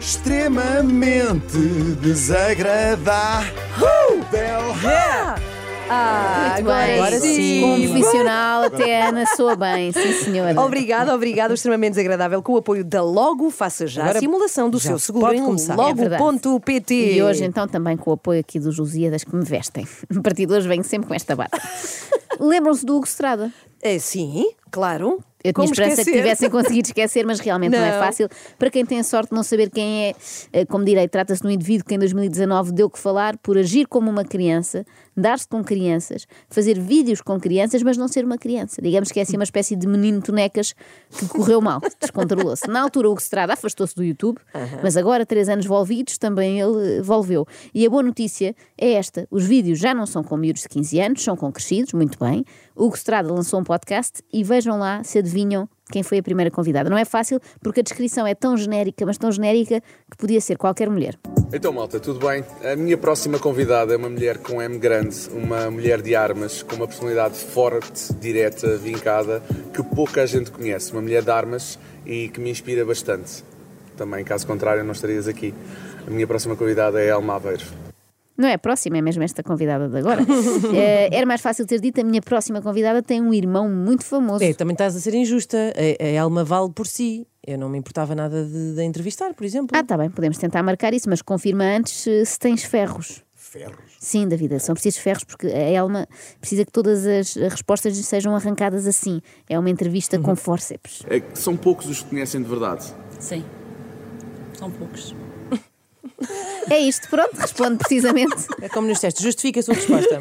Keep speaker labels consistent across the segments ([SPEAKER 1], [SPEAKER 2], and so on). [SPEAKER 1] extremamente Uh! desagradável.
[SPEAKER 2] Muito bem.
[SPEAKER 3] agora sim.
[SPEAKER 2] Confissional até Ana soa bem, sim senhora.
[SPEAKER 3] Obrigada, obrigada. O extremamente desagradável com o apoio da Logo. Faça já
[SPEAKER 1] Agora
[SPEAKER 3] a simulação do
[SPEAKER 1] já
[SPEAKER 3] seu seguro
[SPEAKER 1] pode
[SPEAKER 3] em
[SPEAKER 1] começar.
[SPEAKER 3] logo.pt.
[SPEAKER 2] É E hoje então também com o apoio aqui dos Lusíadas que me vestem. A partir de hoje venho sempre com esta bata. Lembram-se do Hugo Estrada?
[SPEAKER 3] É, sim, claro.
[SPEAKER 2] Eu tinha
[SPEAKER 3] Como
[SPEAKER 2] esperança que
[SPEAKER 3] esquecer?
[SPEAKER 2] tivessem conseguido esquecer, mas realmente não. é
[SPEAKER 3] Não.
[SPEAKER 2] fácil. Para quem tem a sorte de não saber quem é, eh, como direi, trata-se de um indivíduo que em 2019 deu que falar por agir como uma criança, dar-se com crianças, fazer vídeos com crianças, mas não ser uma criança. Digamos que é assim uma espécie de menino tonecas que correu mal, descontrolou-se. Na altura, o Estrada afastou-se do YouTube, mas agora, três anos volvidos, também ele eh, volveu. E a boa notícia é esta: os vídeos já não são com miúdos de 15 anos, são com crescidos, muito bem. Hugo Estrada lançou um podcast e vejam lá se adivinham quem foi a primeira convidada. Não é fácil porque a descrição é tão genérica, mas tão genérica que podia ser qualquer mulher.
[SPEAKER 4] Então, malta, tudo bem? A minha próxima convidada é uma mulher com M grande, uma mulher de armas, com uma personalidade forte, direta, vincada, que pouca gente conhece. Uma mulher de armas e que me inspira bastante. Também, caso contrário, não estarias aqui. A minha próxima convidada é Alma Aveiro.
[SPEAKER 2] Não é a próxima, é mesmo esta convidada de agora. Eh, era mais fácil ter dito: a minha próxima convidada tem um irmão muito famoso.
[SPEAKER 5] É, também estás a ser injusta. A, a Elma vale por si. Eu não me importava nada de, de a entrevistar, por exemplo.
[SPEAKER 2] Ah, tá bem, podemos tentar marcar isso, mas confirma antes eh, se tens ferros. Ferros? Sim, da vida. São precisos ferros porque a Elma precisa que todas as eh, respostas lhe sejam arrancadas assim. É uma entrevista com forceps.
[SPEAKER 4] É que são poucos os que conhecem de verdade.
[SPEAKER 6] Sim. São poucos.
[SPEAKER 2] É isto, pronto, responde precisamente.
[SPEAKER 5] É como nos testes, justifica a sua resposta.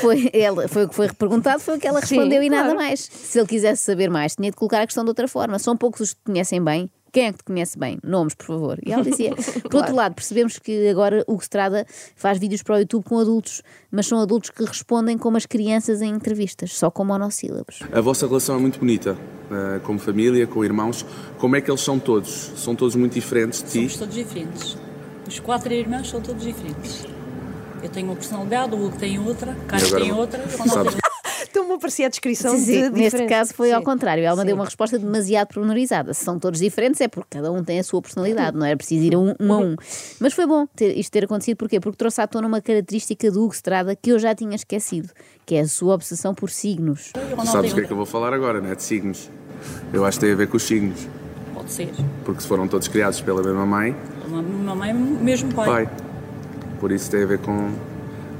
[SPEAKER 2] Foi, ela, foi o que foi perguntado, foi o que ela respondeu e nada mais. Se ele quisesse saber mais, tinha de colocar a questão de outra forma. São poucos os que te conhecem bem. Quem é que te conhece bem? Nomes, por favor. E ela dizia. Por outro lado, percebemos que agora o Estrada faz vídeos para o YouTube com adultos, mas são adultos que respondem como as crianças em entrevistas, só com monossílabos.
[SPEAKER 4] A vossa relação é muito bonita, eh, como família, com irmãos. Como é que eles são todos? São todos muito diferentes de ti?
[SPEAKER 6] Somos todos diferentes. Os quatro irmãos são todos diferentes. Eu tenho uma personalidade, o Hugo tem outra, o Carlos tem outra, eu não
[SPEAKER 4] sabes-
[SPEAKER 6] tenho.
[SPEAKER 3] Então me aparecia a descrição
[SPEAKER 2] Sim,
[SPEAKER 3] de
[SPEAKER 2] sim. Neste
[SPEAKER 3] diferença.
[SPEAKER 2] caso foi ao
[SPEAKER 3] Sim.
[SPEAKER 2] contrário. Ela deu
[SPEAKER 3] Sim.
[SPEAKER 2] uma resposta demasiado pormenorizada. Se são todos diferentes, é porque cada um tem a sua personalidade, não era preciso ir a um, um a um. Mas foi bom ter, isto ter acontecido, porquê? Porque trouxe à tona uma característica do Hugo Estrada que eu já tinha esquecido, que é a sua obsessão por signos.
[SPEAKER 6] Eu
[SPEAKER 4] Tu
[SPEAKER 6] não
[SPEAKER 4] sabes o
[SPEAKER 6] tenho
[SPEAKER 4] que é que eu vou falar agora, não é? De signos. Eu acho que tem a ver com os signos.
[SPEAKER 6] outra. Pode ser.
[SPEAKER 4] Porque se foram todos criados pela mesma mãe,
[SPEAKER 6] Uma, uma mãe, é mesmo pai.
[SPEAKER 4] pai. Por isso tem a ver com,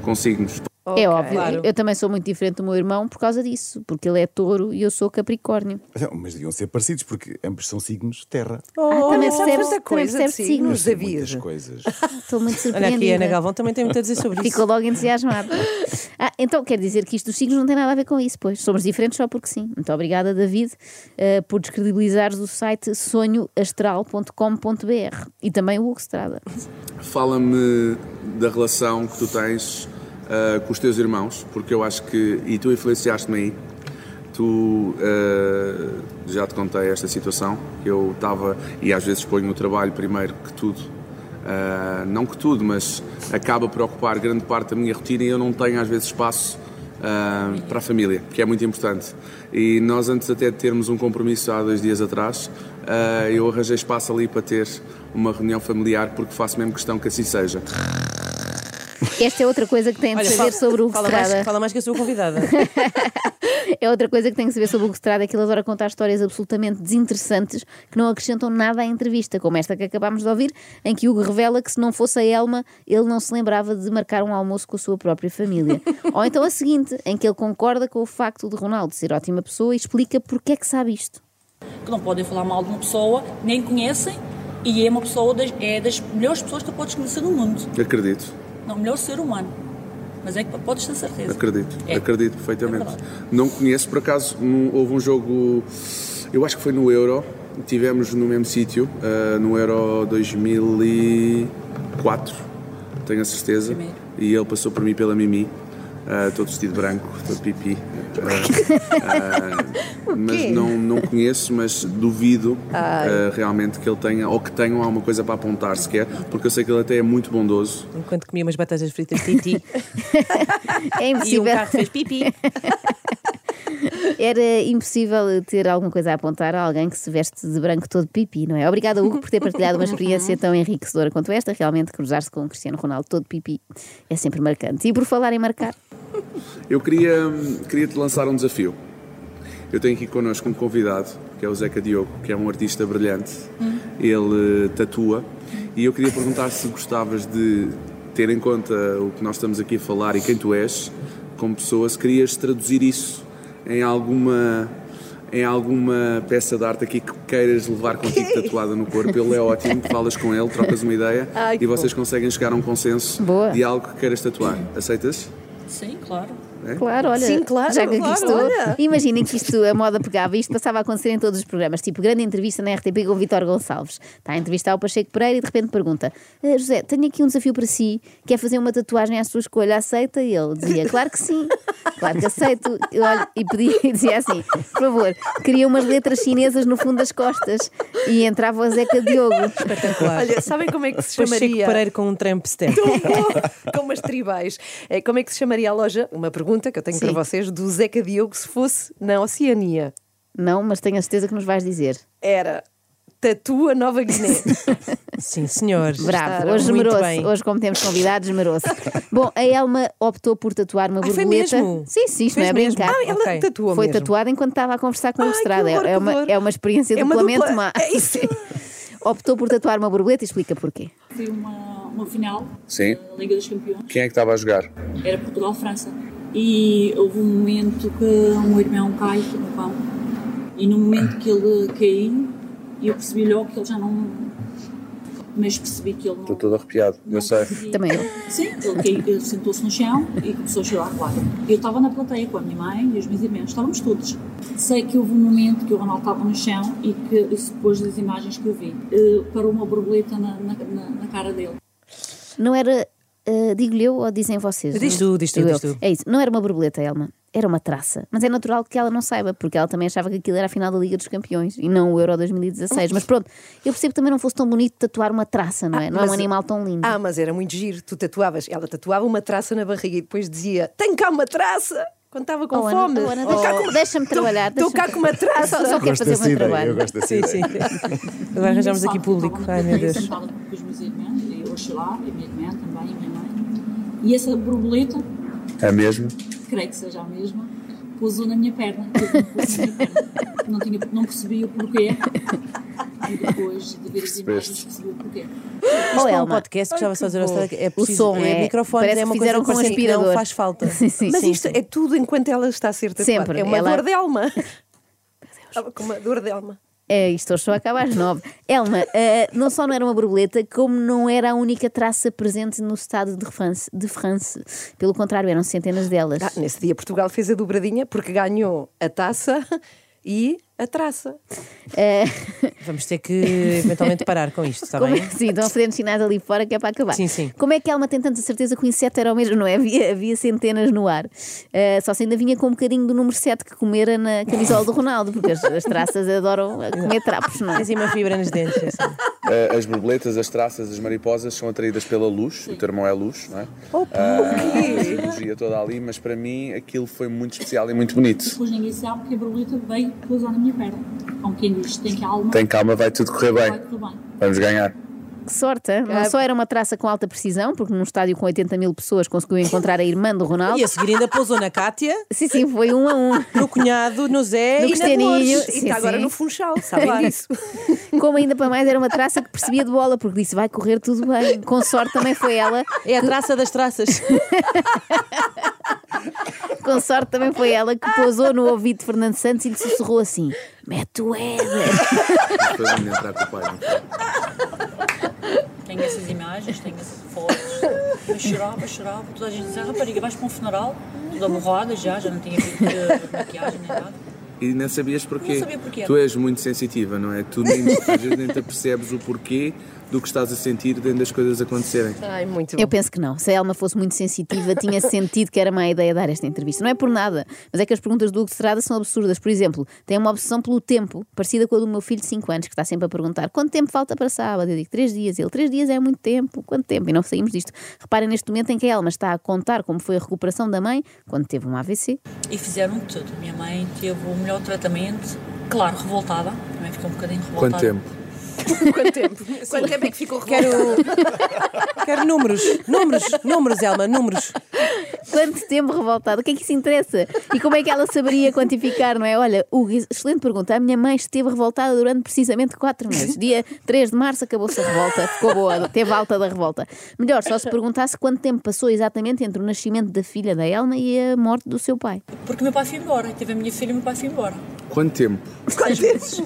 [SPEAKER 4] com signos.
[SPEAKER 2] é óbvio.
[SPEAKER 5] Claro.
[SPEAKER 2] Eu também sou muito diferente do meu irmão por causa disso, porque ele é touro e eu sou capricórnio.
[SPEAKER 1] Não, Mas deviam ser parecidos, porque ambos são signos de terra.
[SPEAKER 2] ah, também
[SPEAKER 3] Sabe
[SPEAKER 2] percebes,
[SPEAKER 3] tanta
[SPEAKER 2] também
[SPEAKER 3] coisa de
[SPEAKER 2] percebes signos.
[SPEAKER 3] signos da
[SPEAKER 1] Muitas
[SPEAKER 3] vida.
[SPEAKER 1] coisas.
[SPEAKER 2] Estou muito
[SPEAKER 5] Olha
[SPEAKER 2] surpreendida.
[SPEAKER 5] aqui, a Ana Galvão também tem muito a dizer sobre isso.
[SPEAKER 2] Ficou logo entusiasmada. Ah, então quer dizer que isto dos signos não tem nada a ver com isso, pois. Somos diferentes só porque sim. Muito obrigada, David, eh, por descredibilizares o site sonhoastral.com.br e também o Hugo Estrada.
[SPEAKER 4] Fala-me da relação que tu tens ah, com os teus irmãos, porque eu acho que. E tu influenciaste-me aí. Tu ah, já te contei esta situação. que Eu estava. E às vezes ponho o trabalho primeiro que tudo. Ah, não que tudo, mas acaba por ocupar grande parte da minha rotina e eu não tenho às vezes espaço ah, para a família, que é muito importante. E nós, antes até de termos um compromisso há dois dias atrás, ah, eu arranjei espaço ali para ter uma reunião familiar, porque faço mesmo questão que assim seja.
[SPEAKER 2] Esta é outra coisa que tem de
[SPEAKER 5] Olha,
[SPEAKER 2] saber
[SPEAKER 5] fala-
[SPEAKER 2] sobre o Hugo
[SPEAKER 5] fala mais,
[SPEAKER 2] Estrada.
[SPEAKER 5] fala mais que a sua convidada.
[SPEAKER 2] É outra coisa que tem que saber sobre o Hugo Estrada, é que ele adora contar histórias absolutamente desinteressantes que não acrescentam nada à entrevista, como esta que acabámos de ouvir, em que Hugo revela que se não fosse a Elma, ele não se lembrava de marcar um almoço com a sua própria família. Ou então a seguinte, em que ele concorda com o facto de Ronaldo ser ótima pessoa e explica porque é que sabe isto.
[SPEAKER 6] Que não podem falar mal de uma pessoa, nem conhecem, e é uma pessoa das, é das melhores pessoas que podes conhecer no mundo.
[SPEAKER 4] Acredito,
[SPEAKER 6] Não, o melhor ser humano. Mas é que podes ter certeza.
[SPEAKER 4] acredito,
[SPEAKER 6] É.
[SPEAKER 4] acredito perfeitamente.
[SPEAKER 6] É verdade.
[SPEAKER 4] não conheço, por acaso, um- houve um jogo, eu acho que foi no Euro, tivemos no mesmo sítio, ah, no Euro 2000. e- quatro, tenho a certeza.
[SPEAKER 6] Primeiro.
[SPEAKER 4] E ele passou por mim pela Mimi, ah, todo vestido de branco, todo pipi. Ah, ah, mas não, não conheço, mas duvido ah, realmente que ele tenha, ou que tenham alguma coisa para apontar sequer, porque eu sei que ele até é muito bondoso.
[SPEAKER 5] Enquanto comia umas batatas fritas titi
[SPEAKER 2] É
[SPEAKER 5] e um
[SPEAKER 2] impossível.
[SPEAKER 5] carro fez pipi.
[SPEAKER 2] Era impossível ter alguma coisa a apontar a alguém que se veste de branco todo pipi, não é? Obrigada, Hugo, por ter partilhado uma experiência tão enriquecedora quanto esta. Realmente, cruzar-se com o Cristiano Ronaldo todo pipi é sempre marcante. E por falar em marcar,
[SPEAKER 4] Eu queria, queria te lançar um desafio. Eu tenho aqui connosco um convidado, que é o Zeca Diogo, que é um artista brilhante.
[SPEAKER 3] Hum.
[SPEAKER 4] Ele eh, tatua. E eu queria perguntar se gostavas de ter em conta o que nós estamos aqui a falar e quem tu és, como pessoa, se querias traduzir isso em alguma, em alguma peça de arte aqui que queiras levar contigo tatuada no corpo. Ele é ótimo, falas com ele, trocas uma ideia
[SPEAKER 3] Ai, que
[SPEAKER 4] e vocês conseguem chegar a um consenso
[SPEAKER 2] Boa.
[SPEAKER 4] de algo que queiras tatuar. Aceitas?
[SPEAKER 6] Sim, claro.
[SPEAKER 2] claro, olha,
[SPEAKER 3] Sim, claro,
[SPEAKER 2] já que aqui
[SPEAKER 3] claro,
[SPEAKER 2] estou,
[SPEAKER 3] olha.
[SPEAKER 2] imaginem que isto, a moda pegava, isto passava a acontecer em todos os programas, tipo grande entrevista na RTP com o Vitor Gonçalves. Está a entrevistar o Pacheco Pereira e de repente pergunta: "Ah, José, tenho aqui um desafio para si, que é fazer uma tatuagem à sua escolha, aceita? E ele dizia: Claro que sim, claro que aceito. E, olha, e pedia e dizia assim: Por favor, queria umas letras chinesas no fundo das costas. E entrava o Zeca Diogo.
[SPEAKER 3] Olha, sabem como é que se
[SPEAKER 5] Depois chego
[SPEAKER 3] chamaria?
[SPEAKER 5] pareiro com um tramp stamp.
[SPEAKER 3] Tão bom! Com umas tribais. É, como é que se chamaria a loja? Uma pergunta que eu tenho
[SPEAKER 2] Sim.
[SPEAKER 3] para vocês do Zeca Diogo se fosse na Oceania.
[SPEAKER 2] Não, mas tenho a certeza que nos vais dizer.
[SPEAKER 3] Era Tatua Nova Guiné.
[SPEAKER 5] Sim, senhor.
[SPEAKER 2] Bravo,
[SPEAKER 5] Estaram
[SPEAKER 2] hoje
[SPEAKER 5] muito
[SPEAKER 2] esmerou-se.
[SPEAKER 5] bem.
[SPEAKER 2] Hoje, como temos convidados, esmerou-se. Bom, a Elma optou por tatuar uma
[SPEAKER 5] Ah, foi
[SPEAKER 2] borboleta.
[SPEAKER 5] mesmo?
[SPEAKER 2] Sim, sim, isto
[SPEAKER 5] Fez
[SPEAKER 2] não é brincar.
[SPEAKER 5] mesmo?
[SPEAKER 3] ah, ela
[SPEAKER 5] Ok.
[SPEAKER 3] tatua
[SPEAKER 2] Foi
[SPEAKER 3] mesmo.
[SPEAKER 2] tatuada enquanto estava a conversar com o
[SPEAKER 3] Ai,
[SPEAKER 2] estrada.
[SPEAKER 3] que horror,
[SPEAKER 2] É,
[SPEAKER 3] que
[SPEAKER 2] uma,
[SPEAKER 3] horror.
[SPEAKER 2] é uma experiência
[SPEAKER 3] É uma
[SPEAKER 2] duplamente
[SPEAKER 3] dupla-
[SPEAKER 2] má.
[SPEAKER 3] é isso.
[SPEAKER 2] Sim. optou por tatuar uma borboleta e explica porquê.
[SPEAKER 6] Foi uma, uma final
[SPEAKER 4] Sim.
[SPEAKER 6] da Liga dos Campeões.
[SPEAKER 4] Quem é que estava a jogar?
[SPEAKER 6] Era Portugal-França. E houve um momento que o meu irmão cai no pão. E no momento que ele caiu, eu percebi logo que ele já não. Mas percebi que ele não.
[SPEAKER 4] Estou todo arrepiado, eu sei.
[SPEAKER 2] Também eu.
[SPEAKER 6] Sim, ele, caiu- ele sentou-se no chão e começou a chorar, claro. Eu estava na plateia com a minha mãe e os meus irmãos, estávamos todos. Sei que houve um momento que o Ronaldo estava no chão e que, isso depois das imagens que eu vi, eh, parou uma borboleta na, na- na- na cara dele.
[SPEAKER 2] Não era. ah, Digo-lhe eu ou dizem vocês?
[SPEAKER 5] Diz tu, diz tu,
[SPEAKER 2] Digo
[SPEAKER 5] diz
[SPEAKER 2] eu.
[SPEAKER 5] tu.
[SPEAKER 2] É isso. Não era uma borboleta, Elma. Era uma traça. Mas é natural que ela não saiba, porque ela também achava que aquilo era a final da Liga dos Campeões e não o Euro 2016. Mas pronto, eu percebo que também não fosse tão bonito tatuar uma traça, não é? não é um
[SPEAKER 3] mas-
[SPEAKER 2] animal tão lindo.
[SPEAKER 3] Ah, mas era muito giro. Tu tatuavas. Ela tatuava uma traça na barriga e depois dizia: Tenho cá uma traça! Quando estava com
[SPEAKER 2] Oh, Ana,
[SPEAKER 3] fome.
[SPEAKER 2] oh, Ana, deixa- deixa-me trabalhar,
[SPEAKER 3] Estou
[SPEAKER 2] deixa-me
[SPEAKER 3] cá com uma
[SPEAKER 2] Só,
[SPEAKER 3] traça.
[SPEAKER 5] É
[SPEAKER 2] só quero
[SPEAKER 1] Gosto
[SPEAKER 2] fazer o
[SPEAKER 1] dessa
[SPEAKER 2] meu
[SPEAKER 1] ideia, eu
[SPEAKER 2] trabalho.
[SPEAKER 1] gosto dessa
[SPEAKER 5] Sim,
[SPEAKER 1] ideia.
[SPEAKER 5] sim. Agora arranjamos
[SPEAKER 6] Sabe,
[SPEAKER 5] aqui público.
[SPEAKER 6] estava na
[SPEAKER 5] Ai, meu
[SPEAKER 6] plateia,
[SPEAKER 5] Deus.
[SPEAKER 6] sentada com os meus irmãos, né? e eu a chorar, e a minha irmã também, e a minha mãe. E essa borboleta,
[SPEAKER 4] É mesmo?
[SPEAKER 6] creio que seja a mesma, pousou na minha perna. Eu não pus na minha perna. Não, tinha, não percebi o porquê. E depois de ver as imagens, percebi o porquê.
[SPEAKER 2] Oh,
[SPEAKER 5] Isto é um
[SPEAKER 2] Elma.
[SPEAKER 5] podcast, gostava só de dizer ao Estrada que é
[SPEAKER 2] O
[SPEAKER 5] preciso.
[SPEAKER 2] som
[SPEAKER 5] é,
[SPEAKER 2] é.
[SPEAKER 5] microfones,
[SPEAKER 2] parece
[SPEAKER 5] é uma
[SPEAKER 2] que fizeram
[SPEAKER 5] coisa
[SPEAKER 2] com um
[SPEAKER 5] parecida,
[SPEAKER 2] aspirador.
[SPEAKER 5] Não faz falta.
[SPEAKER 2] Sim, sim.
[SPEAKER 3] Mas
[SPEAKER 2] sim.
[SPEAKER 3] isto é tudo enquanto ela está a ser tatuada.
[SPEAKER 2] Sempre.
[SPEAKER 3] É uma
[SPEAKER 2] Ela-
[SPEAKER 3] dor de alma. Estava com uma dor de alma.
[SPEAKER 2] É, isto hoje só acaba às nove. Elma, eh, não só não era uma borboleta, como não era a única traça presente no estado de France. De France. Pelo contrário, eram centenas delas.
[SPEAKER 3] Ah, nesse dia Portugal fez a dobradinha porque ganhou a taça e a traça.
[SPEAKER 2] Eh,
[SPEAKER 5] Vamos ter que eventualmente parar com isto,
[SPEAKER 3] tá
[SPEAKER 5] está
[SPEAKER 2] como
[SPEAKER 5] bem?
[SPEAKER 2] é- sim, estão a fazer sinais ali fora que é para acabar.
[SPEAKER 5] Sim, sim.
[SPEAKER 2] Como é que a Elma tem tanta certeza que o inseto era o mesmo? Não é? Havia, havia centenas no ar. Eh, só se ainda vinha com um bocadinho do número 7 que comera na camisola do Ronaldo, porque as, as traças adoram eh, comer trapos, não é?
[SPEAKER 5] Tens aí uma fibra nos dentes. assim.
[SPEAKER 4] Eh, As borboletas, as traças, as mariposas são atraídas pela luz, o termo é luz, não é?
[SPEAKER 3] Opa,
[SPEAKER 4] A simbologia toda ali, mas para mim aquilo foi muito especial e muito bonito.
[SPEAKER 6] Depois ninguém sabe que a borboleta veio pousar na minha perna. Com quem diz, tem calma,
[SPEAKER 4] Tem calma, vai tudo correr
[SPEAKER 6] vai
[SPEAKER 4] bem.
[SPEAKER 6] tudo bem.
[SPEAKER 4] Vamos ganhar.
[SPEAKER 2] Que sorte, hein? não
[SPEAKER 3] Ah.
[SPEAKER 2] só era uma traça com alta precisão, porque num estádio com 80 mil pessoas conseguiu encontrar a irmã do Ronaldo.
[SPEAKER 5] E a seguir ainda pousou na Cátia,
[SPEAKER 2] Sim, sim, foi um a um.
[SPEAKER 5] no cunhado, no
[SPEAKER 2] No
[SPEAKER 5] Zé e na
[SPEAKER 2] Cristianinho.
[SPEAKER 5] Dolores.
[SPEAKER 3] E
[SPEAKER 2] sim,
[SPEAKER 3] está agora
[SPEAKER 2] sim. É
[SPEAKER 3] no Funchal, sabem disso.
[SPEAKER 2] Como ainda para mais era uma traça que percebia de bola, porque disse vai correr tudo bem. Com sorte também foi ela.
[SPEAKER 5] É a traça das traças.
[SPEAKER 2] Com sorte também foi ela que pousou no ouvido de Fernando Santos e lhe sussurrou assim: mete o Éder.
[SPEAKER 4] Foi um lindo entrar com o pai, não foi?
[SPEAKER 6] Tenho essas imagens, tenho essas fotos. Eu chorava, chorava. Toda a gente dizia, rapariga, vais para um funeral? Toda borrada já, já não tinha feito eh, maquiagem nem nada.
[SPEAKER 4] E não sabias porquê.
[SPEAKER 6] Não sabia porquê.
[SPEAKER 4] Tu és muito sensitiva, não é? Tu nem, às vezes nem te percebes o porquê do que estás a sentir dentro das coisas acontecerem.
[SPEAKER 3] Ai, muito bom.
[SPEAKER 2] Eu penso que não. Se a Elma fosse muito sensitiva, tinha sentido que era má ideia dar esta entrevista. Não é por nada, mas é que as perguntas do Hugo de Estrada são absurdas. Por exemplo, tem uma obsessão pelo tempo, parecida com a do meu filho de 5 anos, que está sempre a perguntar quanto tempo falta para sábado? Eu digo 3 dias. Ele, 3 dias é muito tempo. Quanto tempo? E não saímos disto. Reparem neste momento em que a Elma está a contar como foi a recuperação da mãe quando teve um AVC.
[SPEAKER 6] E fizeram tudo. Minha mãe teve o melhor tratamento, claro, revoltada. Também ficou um bocadinho revoltada.
[SPEAKER 4] Quanto tempo?
[SPEAKER 3] Quanto tempo? Quanto tempo é que ficou
[SPEAKER 5] Quero,
[SPEAKER 3] revoltado?
[SPEAKER 5] quero números, números, números, Elma, números.
[SPEAKER 2] Quanto tempo revoltado? O que é que isso interessa? E como é que ela saberia quantificar, não é? Olha, Hugo, excelente pergunta. A minha mãe esteve revoltada durante precisamente 4 meses. Dia 3 de março acabou-se a revolta, ficou boa, teve alta da revolta. Melhor, só se perguntasse quanto tempo passou exatamente entre o nascimento da filha da Elma e a morte do seu pai.
[SPEAKER 6] Porque meu pai foi embora. Teve a minha filha e meu pai foi embora.
[SPEAKER 4] Quanto tempo?
[SPEAKER 6] Seis meses.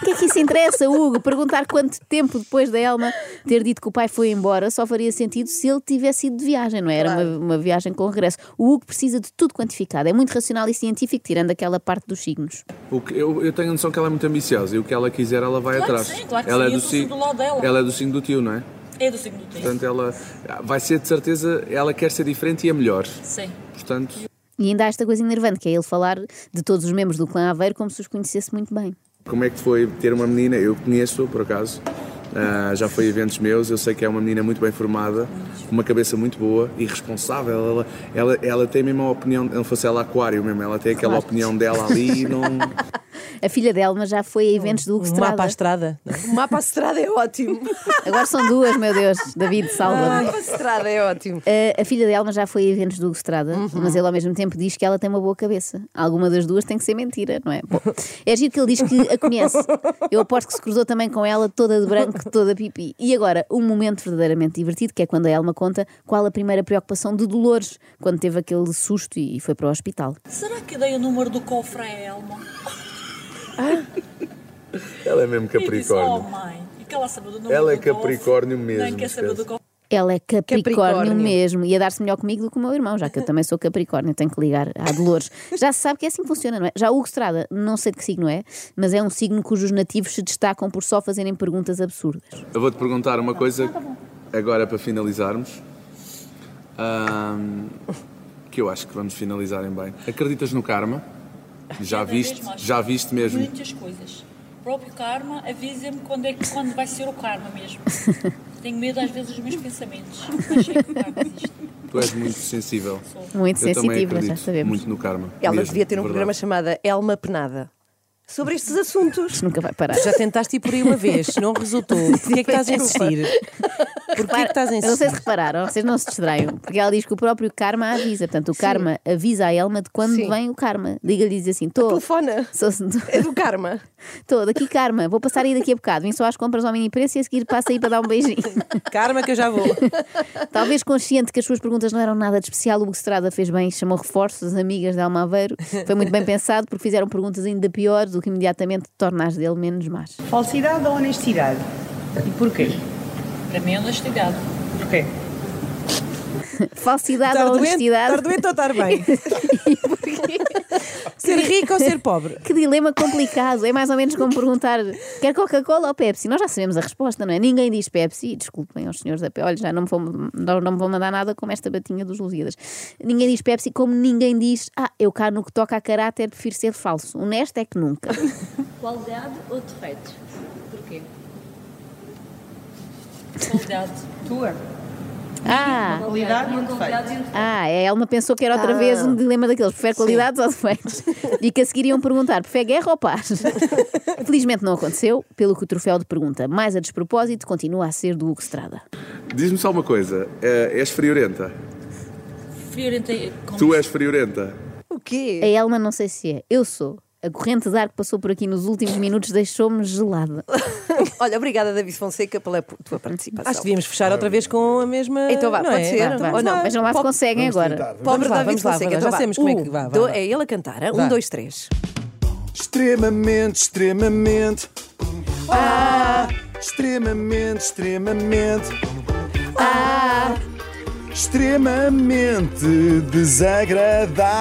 [SPEAKER 2] O que é que isso interessa, Hugo? Perguntar quanto tempo depois da Elma ter dito que o pai foi embora só faria sentido se ele tivesse ido de viagem, não é? Era uma, uma viagem com regresso. O Hugo precisa de tudo quantificado. É muito racional e científico, tirando aquela parte dos signos.
[SPEAKER 4] O que- eu, eu tenho a noção que ela é muito ambiciosa e o que ela quiser ela vai
[SPEAKER 6] Claro que
[SPEAKER 4] atrás.
[SPEAKER 6] sim, claro que
[SPEAKER 4] ela
[SPEAKER 6] sim,
[SPEAKER 4] é do
[SPEAKER 6] eu estou sempre
[SPEAKER 4] signo-
[SPEAKER 6] do lado dela.
[SPEAKER 4] Ela é do signo do tio, não é?
[SPEAKER 6] É do signo do tempo.
[SPEAKER 4] Portanto, ela vai ser de certeza, ela quer ser diferente e é melhor.
[SPEAKER 6] Sim.
[SPEAKER 4] Portanto,
[SPEAKER 2] E ainda há esta coisa enervante, que é ele falar de todos os membros do clã Aveiro como se os conhecesse muito bem.
[SPEAKER 4] como é que foi ter uma menina? Eu conheço, por acaso. Ah, já foi a eventos meus, eu sei que é uma menina muito bem formada, com uma cabeça muito boa e responsável. Ela, ela, ela tem mesmo a opinião, não fosse ela aquário mesmo, ela tem aquela
[SPEAKER 2] Claro.
[SPEAKER 4] opinião dela ali e não.
[SPEAKER 2] A filha da Elma já foi a eventos do Hugo
[SPEAKER 5] Um mapa à
[SPEAKER 2] Estrada.
[SPEAKER 5] estrada.
[SPEAKER 3] O mapa à estrada é ótimo.
[SPEAKER 2] Agora são duas, meu Deus. David,
[SPEAKER 3] O
[SPEAKER 2] salva-me.
[SPEAKER 3] mapa à estrada é ótimo.
[SPEAKER 2] A- a filha da Elma já foi a eventos do Hugo Estrada, mas ele ao mesmo tempo diz que ela tem uma boa cabeça. Alguma das duas tem que ser mentira, não é? Bom, é giro que ele diz que a conhece. Eu aposto que se cruzou também com ela, toda de branco, toda pipi. E agora, um momento verdadeiramente divertido, que é quando a Elma conta qual a primeira preocupação de Dolores, quando teve aquele susto e foi para o hospital.
[SPEAKER 6] Será que dei o número do cofre a Elma?
[SPEAKER 4] Ela é mesmo
[SPEAKER 6] E disse, oh mãe, e que ela sabe do número
[SPEAKER 4] Ela é
[SPEAKER 6] do cofre,
[SPEAKER 4] Capricórnio mesmo,
[SPEAKER 6] Nem quer saber do cofre.
[SPEAKER 2] Ela é Capricórnio,
[SPEAKER 3] Capricórnio.
[SPEAKER 2] mesmo. Ia dar-se melhor comigo do que o meu irmão, já que eu também sou Capricórnio, tenho que ligar à Dolores. Já se sabe que é assim que funciona, não é? Já o Hugo Estrada, não sei de que signo é, mas é um signo cujos nativos se destacam por só fazerem perguntas absurdas.
[SPEAKER 4] Eu vou-te perguntar uma coisa
[SPEAKER 6] tá
[SPEAKER 4] agora para finalizarmos. Ahm, que eu acho que vamos finalizar em bem. Acreditas no karma? Já
[SPEAKER 6] Cada vez
[SPEAKER 4] viste?
[SPEAKER 6] mais.
[SPEAKER 4] Já viste mesmo?
[SPEAKER 6] Muitas coisas. O próprio karma, avisa-me quando, é que, quando vai ser o karma mesmo. Tenho medo às vezes dos meus pensamentos. Mas sei que o karma existe.
[SPEAKER 4] Tu és muito sensível.
[SPEAKER 2] Muito
[SPEAKER 4] eu também
[SPEAKER 2] sensitiva, já
[SPEAKER 4] acredito
[SPEAKER 2] sabemos.
[SPEAKER 4] muito no karma.
[SPEAKER 3] Ela
[SPEAKER 4] mesmo,
[SPEAKER 3] devia ter um
[SPEAKER 4] verdade.
[SPEAKER 3] programa chamado Elma Penada sobre estes assuntos.
[SPEAKER 2] Isto nunca vai parar.
[SPEAKER 5] Já tentaste ir por aí uma vez, não resultou. Porquê é que estás a insistir? Porquê é que estás
[SPEAKER 2] Eu
[SPEAKER 5] a
[SPEAKER 2] não sei se
[SPEAKER 5] insistir?
[SPEAKER 2] repararam, vocês não se distraiam, porque ela diz que o próprio karma avisa. Portanto, o karma avisa a Elma de quando
[SPEAKER 3] Sim.
[SPEAKER 2] vem o karma. Diga-lhe diz assim: estou.
[SPEAKER 3] Telefona. É do karma.
[SPEAKER 2] Estou daqui, karma. Vou passar aí daqui a bocado. Vim só às compras ao mini preço e a seguir passo aí para dar um beijinho.
[SPEAKER 5] Karma, que eu já vou.
[SPEAKER 2] Talvez consciente que as suas perguntas não eram nada de especial, o Hugo Estrada fez bem, chamou reforços, amigas de Alma Aveiro. Foi muito bem pensado porque fizeram perguntas ainda piores, o que imediatamente torna as dele menos más.
[SPEAKER 7] Falsidade ou honestidade? E porquê?
[SPEAKER 6] Para mim é honestidade.
[SPEAKER 7] Porquê?
[SPEAKER 2] Falsidade
[SPEAKER 5] Estar
[SPEAKER 2] ou
[SPEAKER 5] Tá doente,
[SPEAKER 2] honestidade?
[SPEAKER 5] estar doente ou estar bem? Ser rico ou ser pobre?
[SPEAKER 2] Que dilema complicado. É mais ou menos como perguntar: quer Coca-Cola ou Pepsi? Nós já sabemos a resposta, não é? Ninguém diz Pepsi. Desculpem aos senhores da Pepsi. Olha, já não me, vão, não, não me vão mandar nada como esta batinha dos Lusíadas. Ninguém diz Pepsi, como ninguém diz: ah, eu cá no que toca a caráter prefiro ser falso. Honesto é que nunca.
[SPEAKER 6] Qualidade ou defeitos? Porquê? Qualidade.
[SPEAKER 7] Tua?
[SPEAKER 2] Ah!
[SPEAKER 7] Qualidade ou defeito?
[SPEAKER 6] um-
[SPEAKER 2] Ah, é, a Elma pensou que era outra vez um dilema daqueles. Prefere qualidades ou defeitos? E que a seguir iam perguntar: prefere guerra ou paz? Felizmente não aconteceu, pelo que o troféu de pergunta mais a despropósito continua a ser do Hugo Estrada.
[SPEAKER 4] Diz-me só uma coisa: eh, és friorenta?
[SPEAKER 6] Friorenta. como
[SPEAKER 4] Tu és friorenta?
[SPEAKER 3] O quê?
[SPEAKER 2] A Elma, não sei se é, eu sou. A corrente de ar que passou por aqui nos últimos minutos deixou-me gelada.
[SPEAKER 3] Olha, obrigada, David Fonseca, pela tua participação.
[SPEAKER 5] Acho que devíamos fechar outra vez com a mesma.
[SPEAKER 3] Então vá,
[SPEAKER 5] não
[SPEAKER 3] pode
[SPEAKER 5] é?
[SPEAKER 3] ser? Vá,
[SPEAKER 5] Vá, vamos
[SPEAKER 3] ou não,
[SPEAKER 5] lá.
[SPEAKER 3] mas
[SPEAKER 2] Vejam lá se
[SPEAKER 3] Pode-
[SPEAKER 2] conseguem agora.
[SPEAKER 1] tentar.
[SPEAKER 3] Pobre
[SPEAKER 5] Vamos lá,
[SPEAKER 3] David
[SPEAKER 5] vamos lá,
[SPEAKER 3] Fonseca.
[SPEAKER 5] vamos lá.
[SPEAKER 3] então
[SPEAKER 5] Já
[SPEAKER 3] vá.
[SPEAKER 5] sabemos como é que-
[SPEAKER 3] Um,
[SPEAKER 5] vá, vá,
[SPEAKER 3] do-
[SPEAKER 5] vá.
[SPEAKER 3] É ele a cantar. hein?
[SPEAKER 5] Vá.
[SPEAKER 3] Um, dois, três.
[SPEAKER 1] Extremamente, extremamente. Ah! Extremamente, extremamente. Ah! Extremamente desagradável.